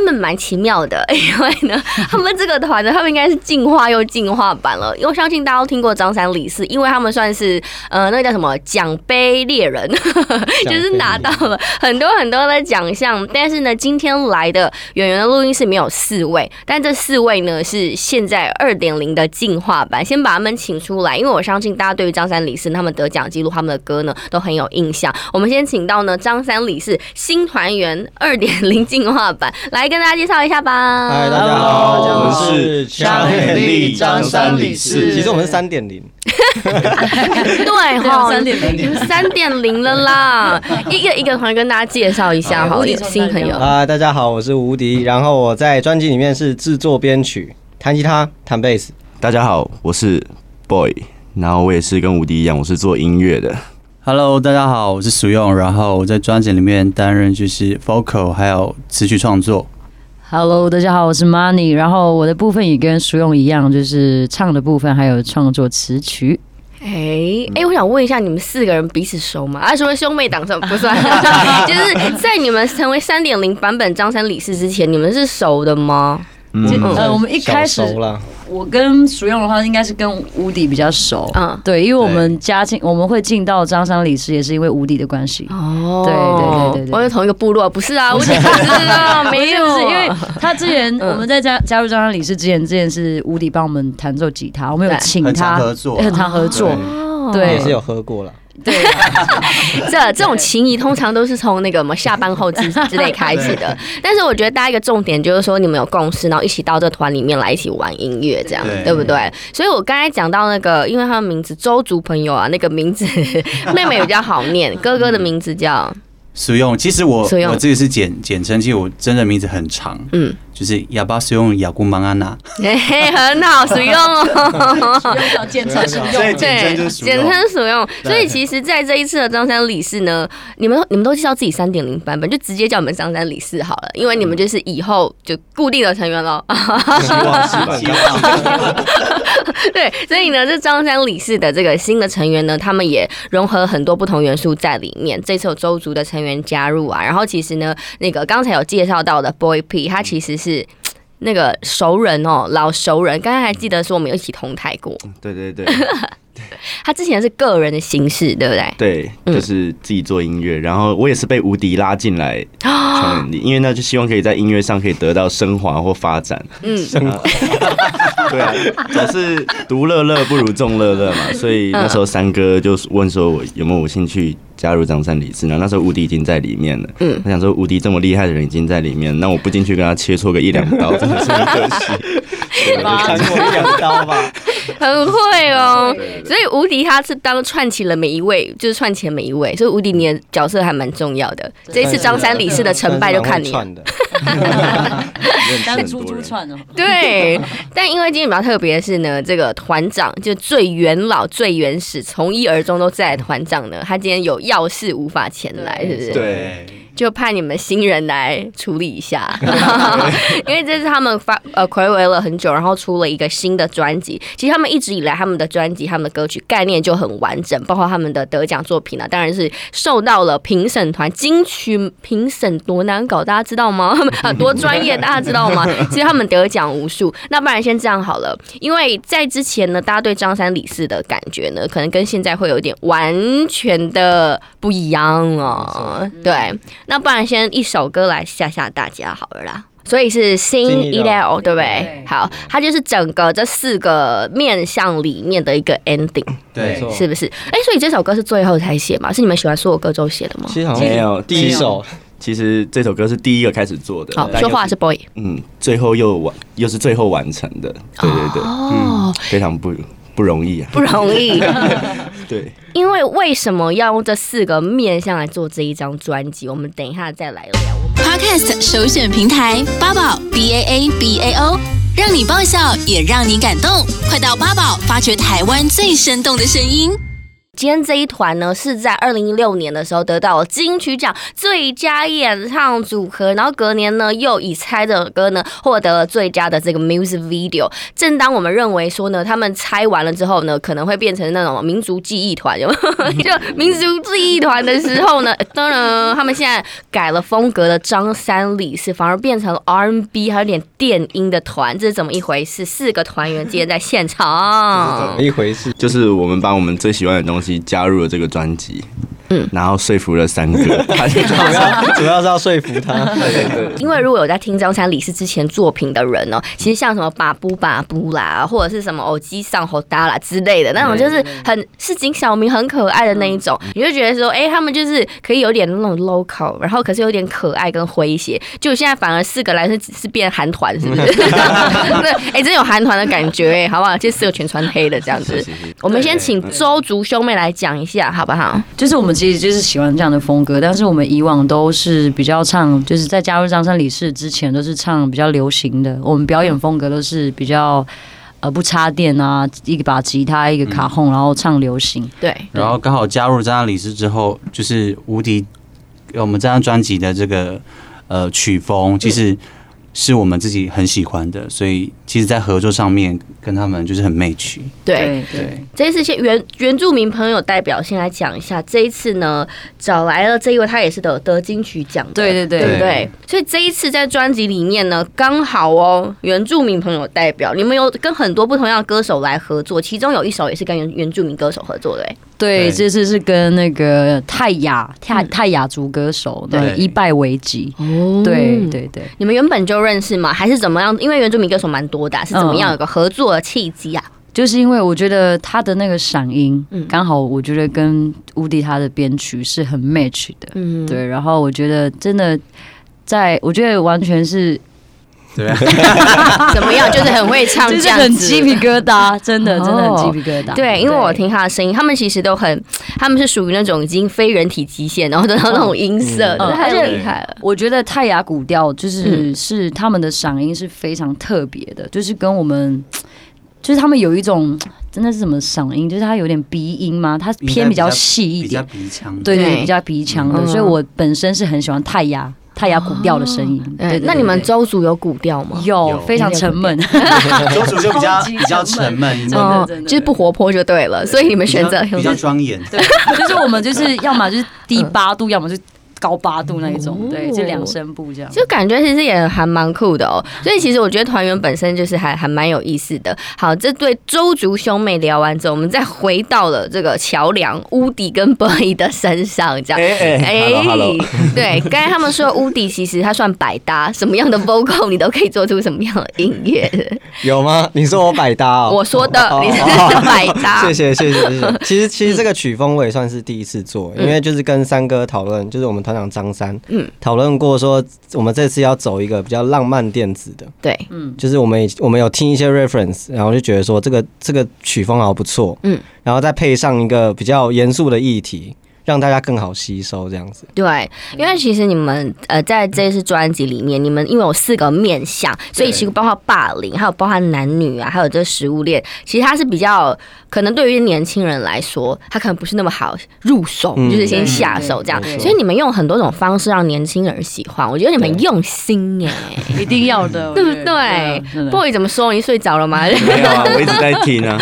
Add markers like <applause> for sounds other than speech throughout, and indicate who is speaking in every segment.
Speaker 1: 们蛮奇妙的，因为呢，他们这个团呢，他们应该是进化又进化版了。因为我相信大家都听过张三李四，因为他们算是呃那个叫什么奖杯猎人， <laughs> 就是拿到了 <laughs> 很多很多的奖项。但是呢，今天来的演员的录音室没有四位，但这四位呢是现在二点零的进化版。先把他们请出来，因为我相信大家对于张三李四他们得奖记录、他们的歌呢都很有印象。我们先请到呢张三李四新团员二点零进化版来跟大家介绍一下吧。
Speaker 2: 嗨，大家好，大
Speaker 3: Hello，
Speaker 2: 家好
Speaker 3: 我们是
Speaker 2: 张
Speaker 3: 张
Speaker 2: 丽
Speaker 3: 丽丽
Speaker 2: 张三
Speaker 3: 李四
Speaker 2: 其实我们是三点零，
Speaker 1: 对哈，
Speaker 4: <laughs> 三点零
Speaker 1: 你们三点零了啦，一个一个团跟大家介绍一下好了，新朋友。
Speaker 2: 啊，大家好，我是吴迪，然后我在专辑里面是制作、编曲、弹吉他、弹贝斯。
Speaker 3: 大家好，我是 Boy，然后我也是跟吴迪一样，我是做音乐的。
Speaker 5: Hello，大家好，我是苏用，然后我在专辑里面担任就是 vocal 还有词曲创作。
Speaker 4: Hello，大家好，我是 Money，然后我的部分也跟苏用一样，就是唱的部分还有创作词曲。
Speaker 1: 哎哎，我想问一下，你们四个人彼此熟吗？啊，除了兄妹档上不算，啊 <laughs> 就是在你们成为三点零版本张三李四之前，你们是熟的吗？
Speaker 3: 嗯，
Speaker 4: 呃，我们一开始
Speaker 2: 小，熟了，
Speaker 4: 我跟苏用的话，应该是跟吴迪比较熟。
Speaker 1: 嗯，
Speaker 4: 对，因为我们家境，我们会进到张三李四，也是因为吴迪的关系。
Speaker 1: 哦
Speaker 4: 对对对对对
Speaker 1: 我是同一个部落，不是 <laughs> 啊，我只是
Speaker 4: <laughs>
Speaker 1: 啊，没有，
Speaker 4: 不是不是因为他之前
Speaker 1: 嗯
Speaker 4: 我们在加加入张三李四之前，之前是吴迪帮我们弹奏吉他，我们有
Speaker 1: 对
Speaker 4: 请
Speaker 5: 很
Speaker 4: 他
Speaker 5: 常合作啊哦
Speaker 4: 很常合作。对
Speaker 2: 也是有喝过了。
Speaker 4: 对，
Speaker 1: 这这种情谊通常都是从那个我们下班后之之类开始的。但是我觉得大家一个重点就是说，你们有共识，然后一起到这团里面来一起玩音乐，这样
Speaker 5: 对
Speaker 1: 对不对？所以我刚才讲到那个，因为他的名字 <laughs> 周族朋友啊，那个名字妹妹比较好念，哥哥的名字叫
Speaker 5: 苏用，其实我
Speaker 1: 苏用
Speaker 5: 我这个是简简称，其实我真的名字很长，
Speaker 1: 嗯，
Speaker 5: 就是哑巴苏用雅古芒安娜，
Speaker 1: 嘿嘿，很好使用哦。
Speaker 4: 要检查
Speaker 5: <laughs>
Speaker 4: 是用
Speaker 5: 所以
Speaker 1: 对，简称使用。
Speaker 5: 对
Speaker 1: 所以其实，在这一次的张三李四呢，你们你们都介绍自己三点零版本，就直接叫我们张三李四好了，因为你们就是以后就固定的成员了。
Speaker 3: 希望是
Speaker 4: <laughs>
Speaker 3: 吧？
Speaker 1: <laughs> 对，所以呢，这张三李四的这个新的成员呢，他们也融合很多不同元素在里面。这次有周族的成员加入啊，然后其实呢，那个刚才有介绍到的 Boy P，他其实是。那个熟人哦，老熟人，刚才还记得说我们有一起同台过，
Speaker 3: 对对对
Speaker 1: 他之前是个人的形式，对不对？
Speaker 3: 对，就是自己做音乐，然后我也是被吴迪拉进来传染力，因为那就希望可以在音乐上可以得到升华或发展。
Speaker 1: 嗯，
Speaker 3: 对啊，总是独乐乐不如众乐乐嘛，所以那时候三哥就问说我有没有兴趣加入张三李四，然后那时候吴迪已经在里面了，
Speaker 1: 嗯
Speaker 3: 嗯，他想说吴迪这么厉害的人已经在里面，那我不进去跟他切磋个一两刀，真的是很可惜。
Speaker 2: 看过一两刀吧，
Speaker 1: 很会哦。所以无敌他是当串起了每一位，就是串起了每一位，所以无敌你的角色还蛮重要的。这一次张三李四的成败就看你了。
Speaker 2: 串的，
Speaker 4: 当猪猪串哦。
Speaker 1: 对，但因为今天比较特别的是呢，这个团长就最元老、最原始，从一而终都在的团长呢，他今天有要事无法前来，是不是？
Speaker 3: 对，
Speaker 1: 就派你们新人来处理一下，因为这是他们发呃暌违了很久，然后出了一个新的专辑。其实他们一直以来他们的专辑、他们的歌曲概念就很完整，包括他们的得奖作品呢、啊当然是受到了评审团金曲评审多难搞，大家知道吗？他 <laughs> 们啊多专业，大家知道吗？其实他们得奖无数。那不然先这样好了，因为在之前呢，大家对张三李四的感觉呢，可能跟现在会有点完全的不一样哦。对，那不然先一首歌来吓吓大家好了啦。所以是新
Speaker 2: 新
Speaker 1: 一
Speaker 2: 一
Speaker 1: 代，
Speaker 2: 代
Speaker 1: 对不对
Speaker 4: 对？
Speaker 1: 好，它就是整个这四个面向里面的一个 ending，
Speaker 2: 没
Speaker 5: 对
Speaker 2: 错。
Speaker 1: 是不是？哎，所以这首歌是最后才写嘛？是你们喜欢所有歌都写的吗？
Speaker 2: 其实好
Speaker 3: 没
Speaker 2: 像
Speaker 3: 有
Speaker 2: 第一，首，
Speaker 3: 其实这首歌是第一个开始做的，
Speaker 1: 好，
Speaker 3: 但
Speaker 1: 哦说
Speaker 3: 又
Speaker 1: 话是 boy
Speaker 3: 嗯，最后又完又是最后完成的，对对对，
Speaker 1: 哦，
Speaker 3: 非常不不容易啊，
Speaker 1: 不容 <laughs> 易。
Speaker 3: 对，
Speaker 1: 因为为什么要用这四个面向来做这一张专辑？我们等一下再来聊。
Speaker 6: Podcast 首选平台八宝 B A A B A O，让你爆笑也让你感动，快到八宝发掘台湾最生动的声音。
Speaker 1: 今天这一团呢是在二零一六年的时候得到了金曲奖最佳演唱组合，然后隔年呢又以《猜》这首歌呢获得了最佳的这个 music video。正当我们认为说呢，他们猜完了之后呢，可能会变成那种民族记忆团，有没有 <laughs> 就民族记忆团的时候呢， <laughs> 当然他们现在改了风格的张三李四，反而变成了 R&B，还有点电音的团，这是怎么一回事？四个团员今天在现场，
Speaker 2: 一回事。
Speaker 3: 就是我们把我们最喜欢的东西加入了这个专辑，嗯，然后说服了三 <laughs> 哥，他就
Speaker 2: 主要主要是要说服他，
Speaker 1: <laughs> 因为如果有在听张三李四之前作品的人呢、其实像什么把布把布啦，或者是什么偶机上吼哒啦之类的那种，就是很市井小民很可爱的那一种，你就觉得说，哎、他们就是可以有点那种 local，然后可是有点可爱跟诙谐。就现在反而四个来是是变韩团，是不是？ <laughs> 对，哎、真有韩团的感觉、哎，好不好？这四个全穿黑的这样子。我们先请周竹兄妹来讲一下，好不好？
Speaker 4: 就是我们其实就是喜欢这样的风格，但是我们以往都是比较唱，就是在加入张三李四之前都是唱比较流行的，我们表演风格都是比较呃不插电啊，一把吉他一个卡轰，然后唱流行。
Speaker 1: 对，
Speaker 5: 然后刚好加入这张李斯之后，就是无敌，呃我们这张专辑的这个呃曲风，其
Speaker 4: 嗯
Speaker 5: 实是我们自己很喜欢的，所以其实，在合作上面跟他们就是很 match。
Speaker 1: 对。
Speaker 4: 对，
Speaker 1: 这一次先原原住民朋友代表先来讲一下，这一次呢找来了这一位，他也是得得金曲奖的，
Speaker 4: 对对对
Speaker 1: 对不对？所以这一次在专辑里面呢，刚好哦，原住民朋友代表，你们有跟很多不同样的歌手来合作，其中有一首也是跟原原住民歌手合作的，哎
Speaker 4: 对，
Speaker 5: 对
Speaker 4: 这次是跟那个泰雅泰
Speaker 1: 嗯
Speaker 4: 泰雅族歌手对
Speaker 5: 对
Speaker 4: 一拜为吉，
Speaker 1: 哦
Speaker 4: 对对对。
Speaker 1: 你们原本就认识吗？还是怎么样？因为原住民歌手蛮多的啊、是怎么样有个合作的契机啊？
Speaker 4: 就是因为我觉得他的那个嗓音
Speaker 1: 嗯，
Speaker 4: 刚、好我觉得跟乌迪他的编曲是很 match 的，
Speaker 1: 嗯，
Speaker 4: 对。然后我觉得真的在，我觉得完全是
Speaker 5: 对、啊，
Speaker 1: 怎么样？就是很会唱，
Speaker 4: <laughs> 就
Speaker 1: 这
Speaker 4: 是
Speaker 1: 样
Speaker 4: 很
Speaker 1: 子
Speaker 4: 鸡皮
Speaker 1: <laughs>
Speaker 4: 疙瘩，真的
Speaker 1: 哦
Speaker 4: 真的很鸡皮疙瘩。
Speaker 1: 对，因为我听他的声音，他们其实都很，他们是属于那种已经非人体极限，然后得到那种音色，
Speaker 4: 嗯
Speaker 1: 太
Speaker 4: 而且
Speaker 1: 厉害了。
Speaker 4: 我觉得泰雅古调
Speaker 1: 嗯
Speaker 4: 就是、是他们的嗓音是非常特别的，就是跟我们，就是他们有一种真的是什么嗓音，就是他有点鼻音嘛，他偏比较细一
Speaker 5: 比较
Speaker 4: 点，
Speaker 5: 鼻腔。 <laughs>
Speaker 4: 对对，
Speaker 1: 对
Speaker 4: 比较鼻腔
Speaker 1: 嗯哦
Speaker 4: 的，所以我本身是很喜欢泰雅泰雅古调的声音。对对
Speaker 1: 嗯
Speaker 4: 对
Speaker 1: 那你们
Speaker 4: 对
Speaker 1: 周族有古调吗？
Speaker 4: 有
Speaker 5: 有
Speaker 4: 非常沉闷，
Speaker 5: 周主就比较
Speaker 4: <laughs> 超级
Speaker 5: 比较沉闷一
Speaker 4: 真
Speaker 5: 点，
Speaker 4: 的
Speaker 1: 哦
Speaker 4: 真的
Speaker 1: 就是不活泼就对了，所以你们选择
Speaker 5: 比较比较庄严。
Speaker 4: 对， <laughs> 就是我们
Speaker 1: <laughs>
Speaker 4: 就是要么就是低八
Speaker 1: 嗯
Speaker 4: 度，要么就是高八度那一种，对，就两声部这样。
Speaker 1: 哦就感觉其实也还蛮酷的哦。所以其实我觉得团员本身就是还还蛮有意思的。好，这对周族兄妹聊完之后，我们再回到了这个桥梁乌迪跟 Boy 的身上，这样。
Speaker 3: 哎哎，hello hello，
Speaker 1: 对，刚才他们说乌迪其实他算百搭，什么样的 vocal 你都可以做出什么样的音乐。
Speaker 2: 有吗？你说我百搭哦，
Speaker 1: 我说的
Speaker 2: 哦，
Speaker 1: 你是
Speaker 2: 哦
Speaker 1: 百搭。
Speaker 2: <laughs> 谢谢谢谢谢
Speaker 1: <laughs>
Speaker 2: 谢。其实
Speaker 1: 嗯
Speaker 2: 其实这个曲风我也算是第一次做，因为就是跟三哥讨论，就是我们团长张三，
Speaker 1: 嗯
Speaker 2: 讨论过说我们这次要走一个比较浪漫电子的，
Speaker 1: 对，
Speaker 2: 就是我们我们有听一些 reference，然后就觉得说这个这个曲风好像不错，
Speaker 1: 嗯
Speaker 2: 嗯，然后再配上一个比较严肃的议题，让大家更好吸收这样
Speaker 1: <laughs>
Speaker 2: 子。
Speaker 1: 对，因为其实你们呃，在这次专辑里面，你们因为有四个面向，所以其实包括霸凌，还有包括男女啊，还有这食物链，其实它是比较可能对于年轻人来说，它可能不是那么好入手，
Speaker 2: 嗯
Speaker 1: 就是先下手这样。
Speaker 4: 对
Speaker 2: 对
Speaker 1: 所以你们用很多种方式让年轻人喜欢，我觉得你们用心耶。
Speaker 4: 一定要的，
Speaker 1: 对不对啊
Speaker 4: 真的
Speaker 1: boy 怎么说？你睡着了 <laughs> 吗
Speaker 3: 没有啊，我一直在听 <laughs> 啊。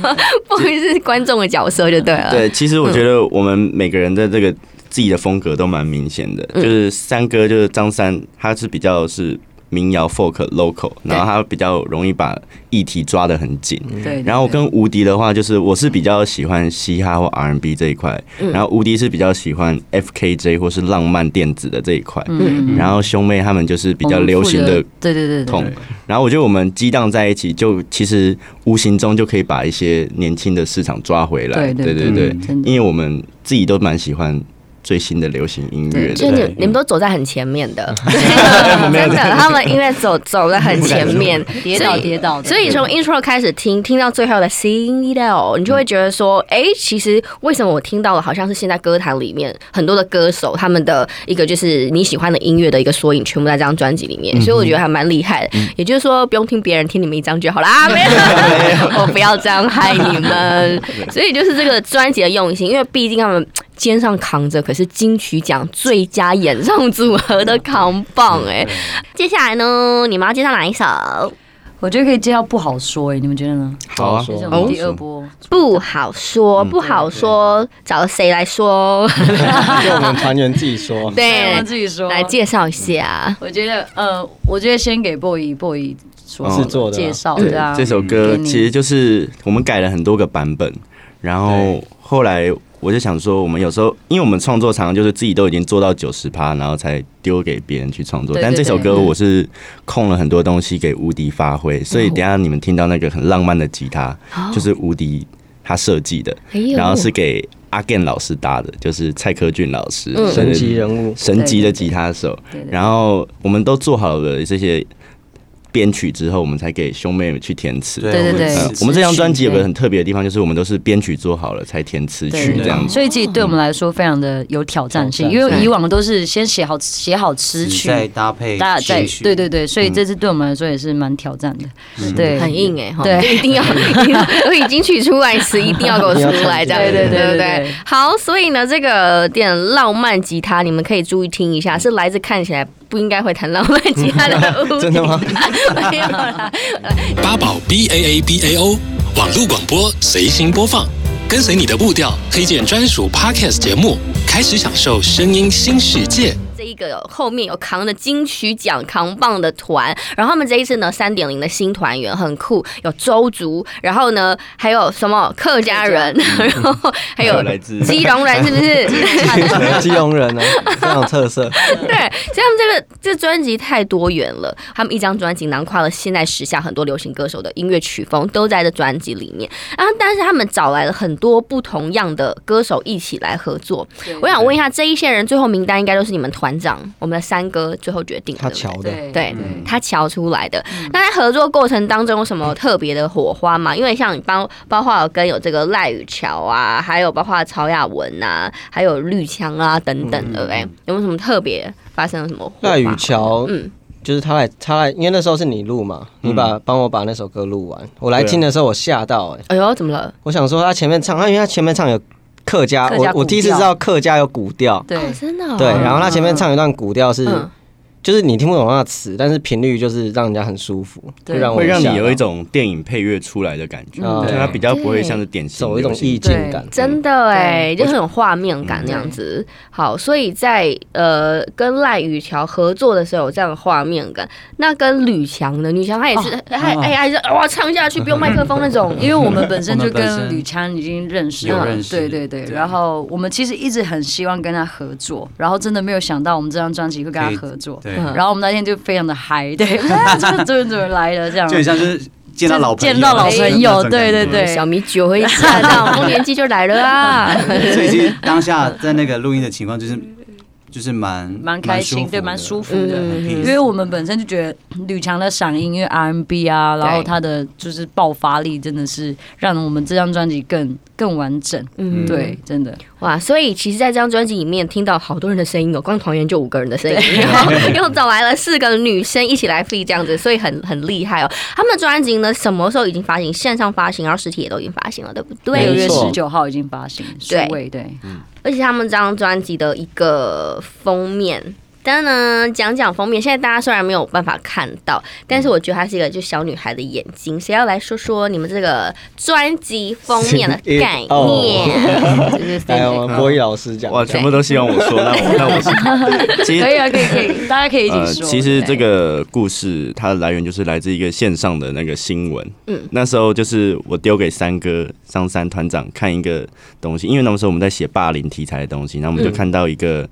Speaker 1: ？boy 是观众的角色就对了。
Speaker 3: 对，其实我觉得我们每个人的这个自己的风格都蛮明显的，
Speaker 1: 嗯
Speaker 3: 就是三哥就是张三，他是比较是民谣 folk local，
Speaker 1: 对
Speaker 3: 然后他比较容易把议题抓得很紧。
Speaker 4: 对，
Speaker 3: 然后我跟无敌的话，就是我是比较喜欢嘻哈或 R&B 这一块，
Speaker 4: 嗯
Speaker 3: 然后无敌是比较喜欢 FKJ 或是浪漫电子的这一块，
Speaker 4: 嗯
Speaker 3: 然后兄妹他们就是比较流行的，
Speaker 4: 对对对对
Speaker 3: 痛。然后我觉得我们激荡在一起，就其实无形中就可以把一些年轻的市场抓回来。
Speaker 4: 对对
Speaker 3: 对对
Speaker 4: 对真的
Speaker 3: 因为我们自己都蛮喜欢最新的流行音乐
Speaker 1: 就
Speaker 3: 的。
Speaker 1: 你
Speaker 5: 对
Speaker 1: 你们都走在很前面的， <laughs> 真的，他们音乐走走在很前面，
Speaker 4: 跌倒跌倒的，
Speaker 1: 所以从 intro 开始听，听到最后的 Sing It Out，你就会觉得说，哎、其实为什么我听到了，好像是现在歌坛里面很多的歌手他们的一个就是你喜欢的音乐的一个缩影，全部在这张专辑里面，所以我觉得还蛮厉害的。也就是说，不用听别人，听你们一张就好 <laughs> 啦。没有， <laughs> 我不要这样害你 <laughs> 们。所以就是这个专辑的用心，因为毕竟他们。肩上扛着可是金曲奖最佳演唱组合的扛棒哎、接下来呢，你们要介绍哪一首？
Speaker 4: 我觉得可以介绍不好说哎，你们觉得呢？
Speaker 3: 哦
Speaker 5: 好啊，
Speaker 4: 这是我们第二波，
Speaker 1: 哦不好说，不好说，找谁来说？，
Speaker 2: 就我们团员自己说
Speaker 4: 我
Speaker 1: 对
Speaker 4: 们，自己说
Speaker 1: 哎来介绍一下。
Speaker 4: 我觉得，呃，我觉得先给 boy boy 说
Speaker 2: 制作的啊
Speaker 4: 介绍，
Speaker 3: 哦对
Speaker 4: 对啊，
Speaker 3: 这首歌
Speaker 4: 给你
Speaker 3: 其实就是我们改了很多个版本，然后
Speaker 5: 对
Speaker 3: 后来我就想说，我们有时候因为我们创作常常就是自己都已经做到九十趴，然后才丢给别人去创作。
Speaker 4: 对
Speaker 3: 但
Speaker 4: 对
Speaker 3: 这首
Speaker 4: 对
Speaker 3: 歌我是空了很多东西给无敌发挥，所以等一下你们听到那个很浪漫的吉他，
Speaker 4: 哦
Speaker 3: 就是无敌他设计的，
Speaker 1: 哎呦
Speaker 3: 然后是给阿健老师搭的，就是蔡科俊老师，
Speaker 1: 嗯
Speaker 3: 对
Speaker 2: 神
Speaker 3: 对
Speaker 2: 级
Speaker 3: 对
Speaker 2: 人
Speaker 1: <laughs>
Speaker 2: 物。
Speaker 3: 神级的吉他手
Speaker 4: 对对。对
Speaker 3: 然后我们都做好了这些编曲之后，我们才给兄妹们去填词。
Speaker 5: 对
Speaker 4: 对对对
Speaker 3: 呃我们这张专辑有个很特别的地方，就是我们都是编曲做好了才填词曲
Speaker 4: 对
Speaker 3: 这样子。
Speaker 4: 所以其实对我们来说非常的有挑战性，
Speaker 2: 挑
Speaker 4: 因
Speaker 2: 战
Speaker 4: 为以往都是先写好写好词曲，
Speaker 5: 再嗯搭配
Speaker 4: 大家再
Speaker 5: 编曲
Speaker 4: 对对对，所以这次对我们来说也是蛮挑战的，
Speaker 5: 嗯
Speaker 4: 对，
Speaker 1: 很硬哎、哈，
Speaker 4: 对
Speaker 1: 就一
Speaker 4: <laughs>
Speaker 1: 定要，我已经取出来词，一定要给我出来，这样子，
Speaker 4: 对对对
Speaker 1: 不对
Speaker 4: 对对？
Speaker 1: 好，所以呢，这个有点浪漫吉他，你们可以注意听一下，是来自看起来不应该会弹浪漫吉他的屋
Speaker 2: 真的吗？
Speaker 1: <laughs> 没有啦，
Speaker 7: 八宝 B A A B A O 网络广播随心播放，跟随你的步调，推荐专属 Podcast 节目，开始享受声音新世界。
Speaker 1: 这一个有后面有扛着金曲奖扛棒的团，然后他们这一次呢三点零的新团员很酷，有周族，然后呢还有什么客家人，然后还有
Speaker 3: 还有来自
Speaker 1: 基隆人， <laughs> 是不是？ <laughs>
Speaker 2: 基隆人呢、非常有特色。
Speaker 1: 对，所以他们这个这专辑太多元了，他们一张专辑囊括了现代时下很多流行歌手的音乐曲风，都在这专辑里面。然后，但是他们找来了很多不同样的歌手一起来合作。我想问一下，这一些人最后名单应该都是你们团长我们的三哥最后决定的。
Speaker 2: 他
Speaker 1: 对不对
Speaker 2: 瞧的，
Speaker 4: 对嗯
Speaker 1: 对
Speaker 5: 嗯
Speaker 1: 他瞧出来的。那在合作过程当中有什么特别的火花吗？因为像你包包括有跟有这个赖雨乔啊，还有包括曹雅文啊，还有绿枪啊等等
Speaker 4: 嗯
Speaker 1: 的，哎、有没有什么特别发生了什么火花？
Speaker 2: 赖雨乔
Speaker 1: 嗯，
Speaker 2: 就是他来，他来，因为那时候是你录嘛，你把帮我把那首歌录完。我来
Speaker 3: 对啊
Speaker 2: 听的时候，我吓到哎、
Speaker 1: 哎呦，怎么了？
Speaker 2: 我想说他前面唱，他因为他前面唱有客家，
Speaker 4: 客家
Speaker 2: 我我
Speaker 4: 古
Speaker 2: 第一次
Speaker 4: 调
Speaker 2: 知道客家有古调，
Speaker 4: 对
Speaker 1: 哦，真的、哦。
Speaker 2: 对，然后他前面唱一段古调是，
Speaker 1: 嗯
Speaker 2: 就是你听不懂他的词，但是频率就是让人家很舒服，
Speaker 4: 对
Speaker 2: 就让我
Speaker 3: 会让你
Speaker 2: 吓到
Speaker 3: 有一种电影配乐出来的感觉，
Speaker 2: 嗯
Speaker 3: 就它比较不会像是典型
Speaker 2: 走一种
Speaker 3: 流
Speaker 4: <laughs>
Speaker 3: 行
Speaker 2: 意境感，
Speaker 1: 真的哎、就很有画面
Speaker 2: 嗯
Speaker 1: 感那样子。好，所以在呃跟赖雨乔合作的时候有这样的画面感。那跟吕强呢？吕强他也
Speaker 4: 哦
Speaker 1: 是，还哎还是哇唱下去不用麦克风那种，
Speaker 4: 因为我们本身
Speaker 5: <laughs>
Speaker 4: 就
Speaker 5: 我们本
Speaker 4: 跟
Speaker 5: 身
Speaker 4: 吕强已经认识
Speaker 5: 有
Speaker 4: 了，
Speaker 5: 认识
Speaker 4: 对对对。
Speaker 5: 对
Speaker 4: 然后我们其实一直很希望跟他合作，然后真的没有想到我们这张专辑会跟他
Speaker 5: 可以
Speaker 4: 合作。
Speaker 5: 对，嗯
Speaker 4: 然后我们那天就非常的嗨，对， <laughs> 啊这个这个怎么来的这样
Speaker 5: 就？很像是见到老朋友哎
Speaker 4: 见到老朋友对对对
Speaker 1: 小米酒一下，这样丰年祭就来了啊！
Speaker 5: 所以其实当下在那个录音的情况就是就是蛮
Speaker 4: 蛮开心对蛮舒服
Speaker 1: 的
Speaker 3: 嗯
Speaker 5: 很 peace
Speaker 4: 因为我们本身就觉得吕强的嗓音，因为 RMB 啊，然后他的就是爆发力，真的是让我们这张专辑更更完整。
Speaker 1: 嗯，
Speaker 4: 对，真的，
Speaker 1: 哇，所以其实，在这张专辑里面听到好多人的声音哦，光团员就五个人的声音，然后又找来了四个女生一起来 f e 这样子，所以很很厉害哦。他们的专辑呢，什么时候已经发行？线上发行，然后实体也都已经发行了，对不
Speaker 4: 六
Speaker 1: 对
Speaker 2: 没？
Speaker 4: 月
Speaker 2: 错
Speaker 4: 十九号已经发行，数
Speaker 1: 对
Speaker 4: 位对。
Speaker 1: 而且他们这张专辑的一个封面。当然，讲讲封面。现在大家虽然没有办法看到，但是我觉得它是一个就小女孩的眼睛。谁要来说说你们这个专辑封
Speaker 2: <laughs>
Speaker 1: 面的概念？
Speaker 2: 哦
Speaker 1: <laughs> 就是
Speaker 2: 来，我们波一老师讲
Speaker 3: 哇，全部都希望我说，那我那我
Speaker 4: <laughs>
Speaker 3: 是其实
Speaker 4: 可以啊，可以
Speaker 3: <laughs>
Speaker 4: 可以，大家可以一起说。
Speaker 3: 呃其实这
Speaker 4: 对
Speaker 3: 个故事它的来源就是来自一个线上的那个新闻。
Speaker 1: 嗯
Speaker 3: 嗯，那时候就是我丢给三哥、张三团
Speaker 4: 嗯
Speaker 3: 长看一个东西，因为那时候我们在写霸凌题材的东西，然后我们就看到一个。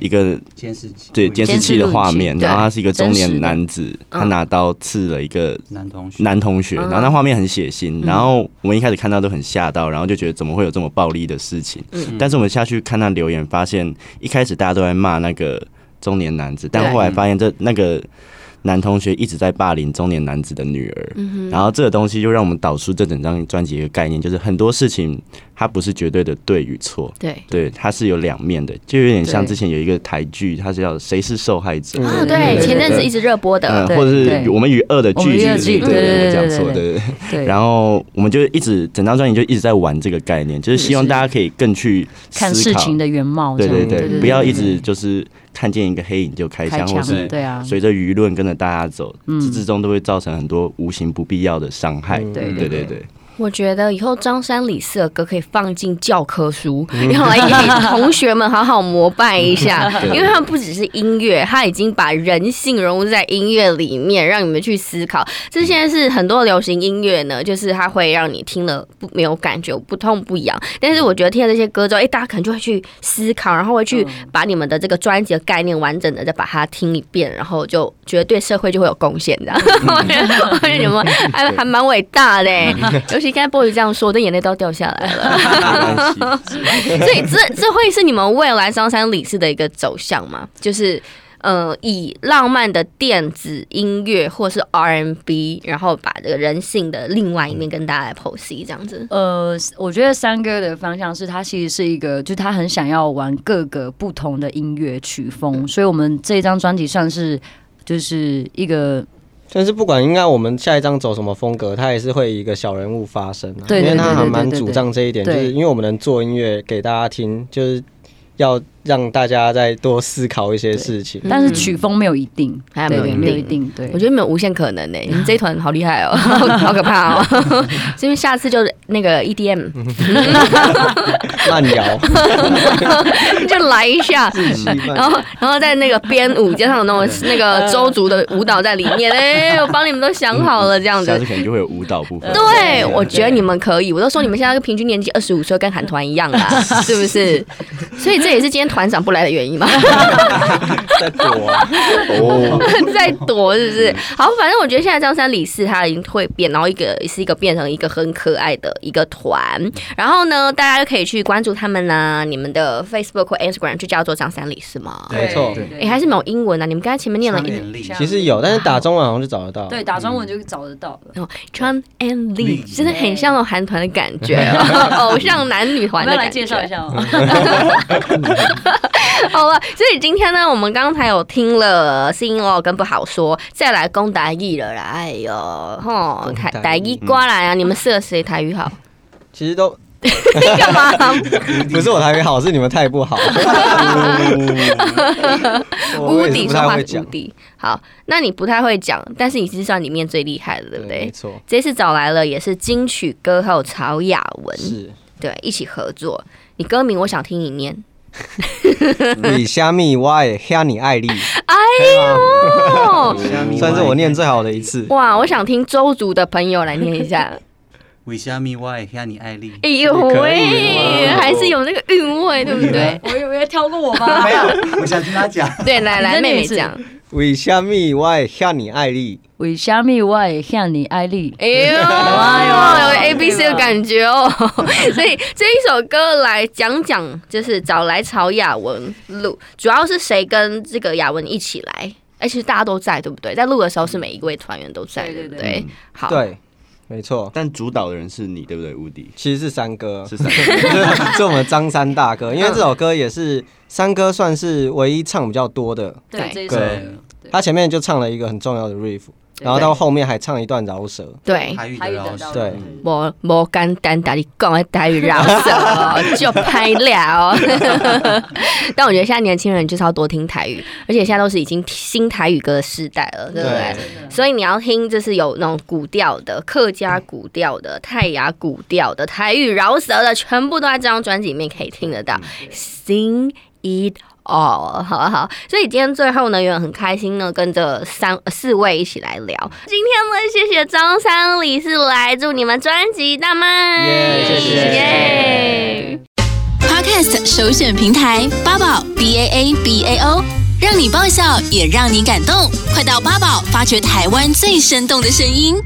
Speaker 3: 一个
Speaker 5: 监视器
Speaker 3: 对监视器的画
Speaker 1: 监视录
Speaker 3: 面，
Speaker 1: 影器
Speaker 3: 然后他是一个中
Speaker 4: 真实
Speaker 3: 年
Speaker 4: 的嗯
Speaker 3: 男子，他拿刀刺了一个
Speaker 5: 男同学
Speaker 3: 男同
Speaker 1: 嗯
Speaker 3: 学，然后那画面很血腥，然后我们一开始看到都很吓到，然后就觉得怎么会有这么暴力的事情？
Speaker 1: 嗯
Speaker 3: 但是我们下去看那留言，发现一开始大家都在骂那个中年男子，但
Speaker 1: 对
Speaker 3: 后来发现这那个男同学一直在霸凌中年男子的女儿，
Speaker 1: 嗯
Speaker 3: 然后这个东西就让我们导出这整张专辑的一个概念，就是很多事情它不是绝对的对与错，
Speaker 1: 对。
Speaker 3: 对，它是有两面的，就有点像
Speaker 4: 对
Speaker 3: 之前有一个台剧，它是叫谁是受害者。
Speaker 1: 啊，
Speaker 4: 嗯
Speaker 1: 对，
Speaker 4: 对
Speaker 1: 前阵子一直热播
Speaker 3: 嗯，
Speaker 1: 的，
Speaker 4: 对
Speaker 3: 或者
Speaker 4: 对
Speaker 3: 是我们与恶的
Speaker 4: 我们
Speaker 3: 距
Speaker 4: 与
Speaker 3: 离
Speaker 4: 恶的距离，
Speaker 3: 对对
Speaker 4: 对
Speaker 3: 对，
Speaker 4: 对
Speaker 3: 讲
Speaker 4: 对
Speaker 3: 错，
Speaker 4: 对
Speaker 3: 对对。
Speaker 4: 对，
Speaker 3: 然后我们就一直整张专辑就一直在玩这个概念，就是希望
Speaker 4: 是
Speaker 3: 大家可以更去
Speaker 4: 看
Speaker 3: 思
Speaker 4: 事
Speaker 3: 考
Speaker 4: 情的原貌，
Speaker 3: 对
Speaker 4: 这
Speaker 3: 对
Speaker 4: 样对对
Speaker 3: 对，
Speaker 4: 对，
Speaker 3: 不要一
Speaker 4: 对
Speaker 3: 直就是看见一个黑影就开
Speaker 4: 开
Speaker 3: 枪，或
Speaker 4: 枪嗯
Speaker 3: 是，
Speaker 4: 对啊，
Speaker 3: 随着舆论跟着大家走，这之中都会造成很多无形不必要的伤害。
Speaker 4: 对对
Speaker 3: 对
Speaker 4: 对
Speaker 3: 对对，
Speaker 1: 我觉得以后张山李四的歌可以放进教科书，让来给同学们好好膜拜一下，
Speaker 3: 对
Speaker 1: 因为他们不只是音乐，他已经把人性融入在音乐里面，让你们去思考。这现在是很多流行音乐呢，就是它会让你听了不没有感觉，不痛不痒。但是我觉得听了这些歌之后，哎，大家可能就会去思考，然后会去把你们的这个专辑的概念完整的再把它听一遍，然后就觉得对社会就会有贡献的。 <laughs> 我觉得我觉得你们 <laughs> 还还蛮伟大的欸，尤其刚才 boy 这样说，我的眼泪都要掉下来了。
Speaker 3: 没关系。
Speaker 1: 所以这这会是你们未来张三李四的一个走向吗？就是。呃，以浪漫的电子音乐或是 R&B，然后把这个人性的另外一面跟大家来剖析，这样子。
Speaker 4: 呃，我觉得三哥的方向是他其实是一个，就他很想要玩各个不同的音乐曲风，所以我们这一张专辑算是就是一个
Speaker 2: 但是不管应该我们下一张走什么风格，他也是会以一个小人物发声、啊，
Speaker 4: 对对
Speaker 2: 因为他
Speaker 4: 对对
Speaker 2: 还
Speaker 4: 对
Speaker 2: 蛮
Speaker 4: 对
Speaker 2: 主
Speaker 4: 对
Speaker 2: 张这一点，就
Speaker 4: 对
Speaker 2: 是因为我们能做音乐给大家听，就是要让大家再多思考一些事情。
Speaker 4: 但是曲风没有一定，
Speaker 1: 还
Speaker 4: 对
Speaker 1: 没有一
Speaker 4: 对
Speaker 1: 定
Speaker 4: 嗯没有一定，对，
Speaker 1: 我觉得你们有无限可能呢、你们这一团好厉害哦、 <laughs> 好可怕哦、所以下次就是那个 E EDM
Speaker 2: 慢
Speaker 4: <laughs>
Speaker 2: 摇，
Speaker 1: <laughs> 就来一下，然后然后在那个编舞加上有那种那个周族的舞蹈在里面，哎、我帮你们都想好了这样
Speaker 3: 下
Speaker 1: 子
Speaker 3: 次。可能就会有舞蹈部分。
Speaker 1: 对，我觉得你们可以。我都说你们现在平均年纪二十五岁，跟韩团一样啦，是不是？所以这也是今天团长不来的原因嘛，
Speaker 2: 在躲、
Speaker 3: 哦，
Speaker 1: <laughs> 在躲是不是？好，反正我觉得现在张三李四他已经蜕变，然后一个是一个变成一个很可爱的一个团。然后呢，大家就可以去关注他们啦、你们的 Facebook 或 Instagram 就叫做张三李四嘛。
Speaker 2: 没错。
Speaker 1: 哎、还是没有英文啊！你们刚才前面念了一
Speaker 5: 能力，
Speaker 2: 其实有，但是打中文好像就找得到。
Speaker 4: 对，打中文就找得到了。
Speaker 1: 哦，Chun and Lee，真的很像那种韩团的感觉， <laughs> 偶像男女
Speaker 4: <laughs> 我
Speaker 1: 团
Speaker 4: 们
Speaker 1: 的感
Speaker 4: 要来
Speaker 1: 觉。
Speaker 4: 介绍一下哦，
Speaker 1: 好了，所以今天呢，我们刚才有听了《新哦》跟不好说，再来攻台语了啦，哎呦，吼，台
Speaker 2: 讲
Speaker 1: 台
Speaker 2: 台语
Speaker 1: 语过来啊！你们适合谁台语好？
Speaker 2: 其实都
Speaker 1: 干嘛？
Speaker 4: <laughs>
Speaker 2: 不是我台语好，是你们太不好。
Speaker 1: 屋
Speaker 2: 我也是
Speaker 1: 底
Speaker 2: 不
Speaker 1: 说
Speaker 2: 太
Speaker 1: 话
Speaker 2: 会
Speaker 1: 是
Speaker 2: 讲
Speaker 1: 屋，底。好，那你不太会讲，但是你是算里面最厉害的，对不
Speaker 2: 没
Speaker 1: 对？
Speaker 2: 错，
Speaker 1: 这次找来了也是金曲歌后曹雅文，
Speaker 4: <laughs>
Speaker 2: 是
Speaker 1: 对，一起合作。你歌名我想听你念，
Speaker 2: 你虾米我也虾你爱丽，
Speaker 1: 哦，
Speaker 2: 算是我念最好的一次。
Speaker 1: <laughs> 哇，我想听周族的朋友来念一下。
Speaker 5: 为虾米我会遐你爱你？
Speaker 1: 哎呦
Speaker 2: 可
Speaker 1: 喂
Speaker 2: 以，
Speaker 1: 还是有那个韵味，对不
Speaker 5: <laughs>
Speaker 1: 对？
Speaker 4: <laughs> 我以为跳过我吧。
Speaker 5: 有，我想听他讲。
Speaker 1: 对，来来，
Speaker 4: 你再
Speaker 1: 妹
Speaker 4: 念一
Speaker 1: 妹
Speaker 4: 次
Speaker 1: 讲。
Speaker 2: 为虾米我也虾你爱丽？
Speaker 4: <laughs> 为虾米我会向你爱你？
Speaker 1: 哎呦，有 A B C 的感觉哦。 <laughs> 所以这一首歌来讲讲，就是找来曹雅文录，主要是谁跟这个雅文一起来？哎，其实大家都在，对不对？在录的时候是每一位团员都在，
Speaker 4: 对
Speaker 1: 对
Speaker 4: 对
Speaker 1: 不
Speaker 4: 对
Speaker 1: 对？好，
Speaker 2: 对，没错，
Speaker 3: 但主导的人是你，对不对？无敌
Speaker 2: 其实是三哥， <laughs>
Speaker 3: 是三
Speaker 2: 是我们张三大哥，
Speaker 1: 嗯
Speaker 2: 因为这首歌也是三哥算是唯一唱比较多的。
Speaker 4: 对，这一首
Speaker 2: 对
Speaker 4: 歌
Speaker 2: 他前面就唱了一个很重要的 riff，然后到后面还唱一段饶舌。
Speaker 1: 对。
Speaker 5: 台语
Speaker 4: 台
Speaker 5: 的
Speaker 4: 语
Speaker 5: 老
Speaker 4: 的
Speaker 5: 师，
Speaker 4: 到
Speaker 2: 对
Speaker 1: 无无简单，但你讲的台语饶舌哦 <laughs> 就拍了哦。 <laughs> 但我觉得现在年轻人就是要多听台语，而且现在都是已经新台语歌的时代了，对不对？所以你要听，就是有那种古调的、客家古调的、泰雅古调的、台语饶舌的，全部都在这张专辑里面可以听得到。Sing it all，好不好？所以今天最后呢，也很开心呢，跟着三呃四位一起来聊。今天呢，谢谢张三李四来，祝你们专辑大卖，
Speaker 2: 耶谢谢
Speaker 1: 耶
Speaker 6: p o d Podcast 首选平台八宝 B A A B A O，让你爆笑也让你感动。快到八宝发掘台湾最生动的声音。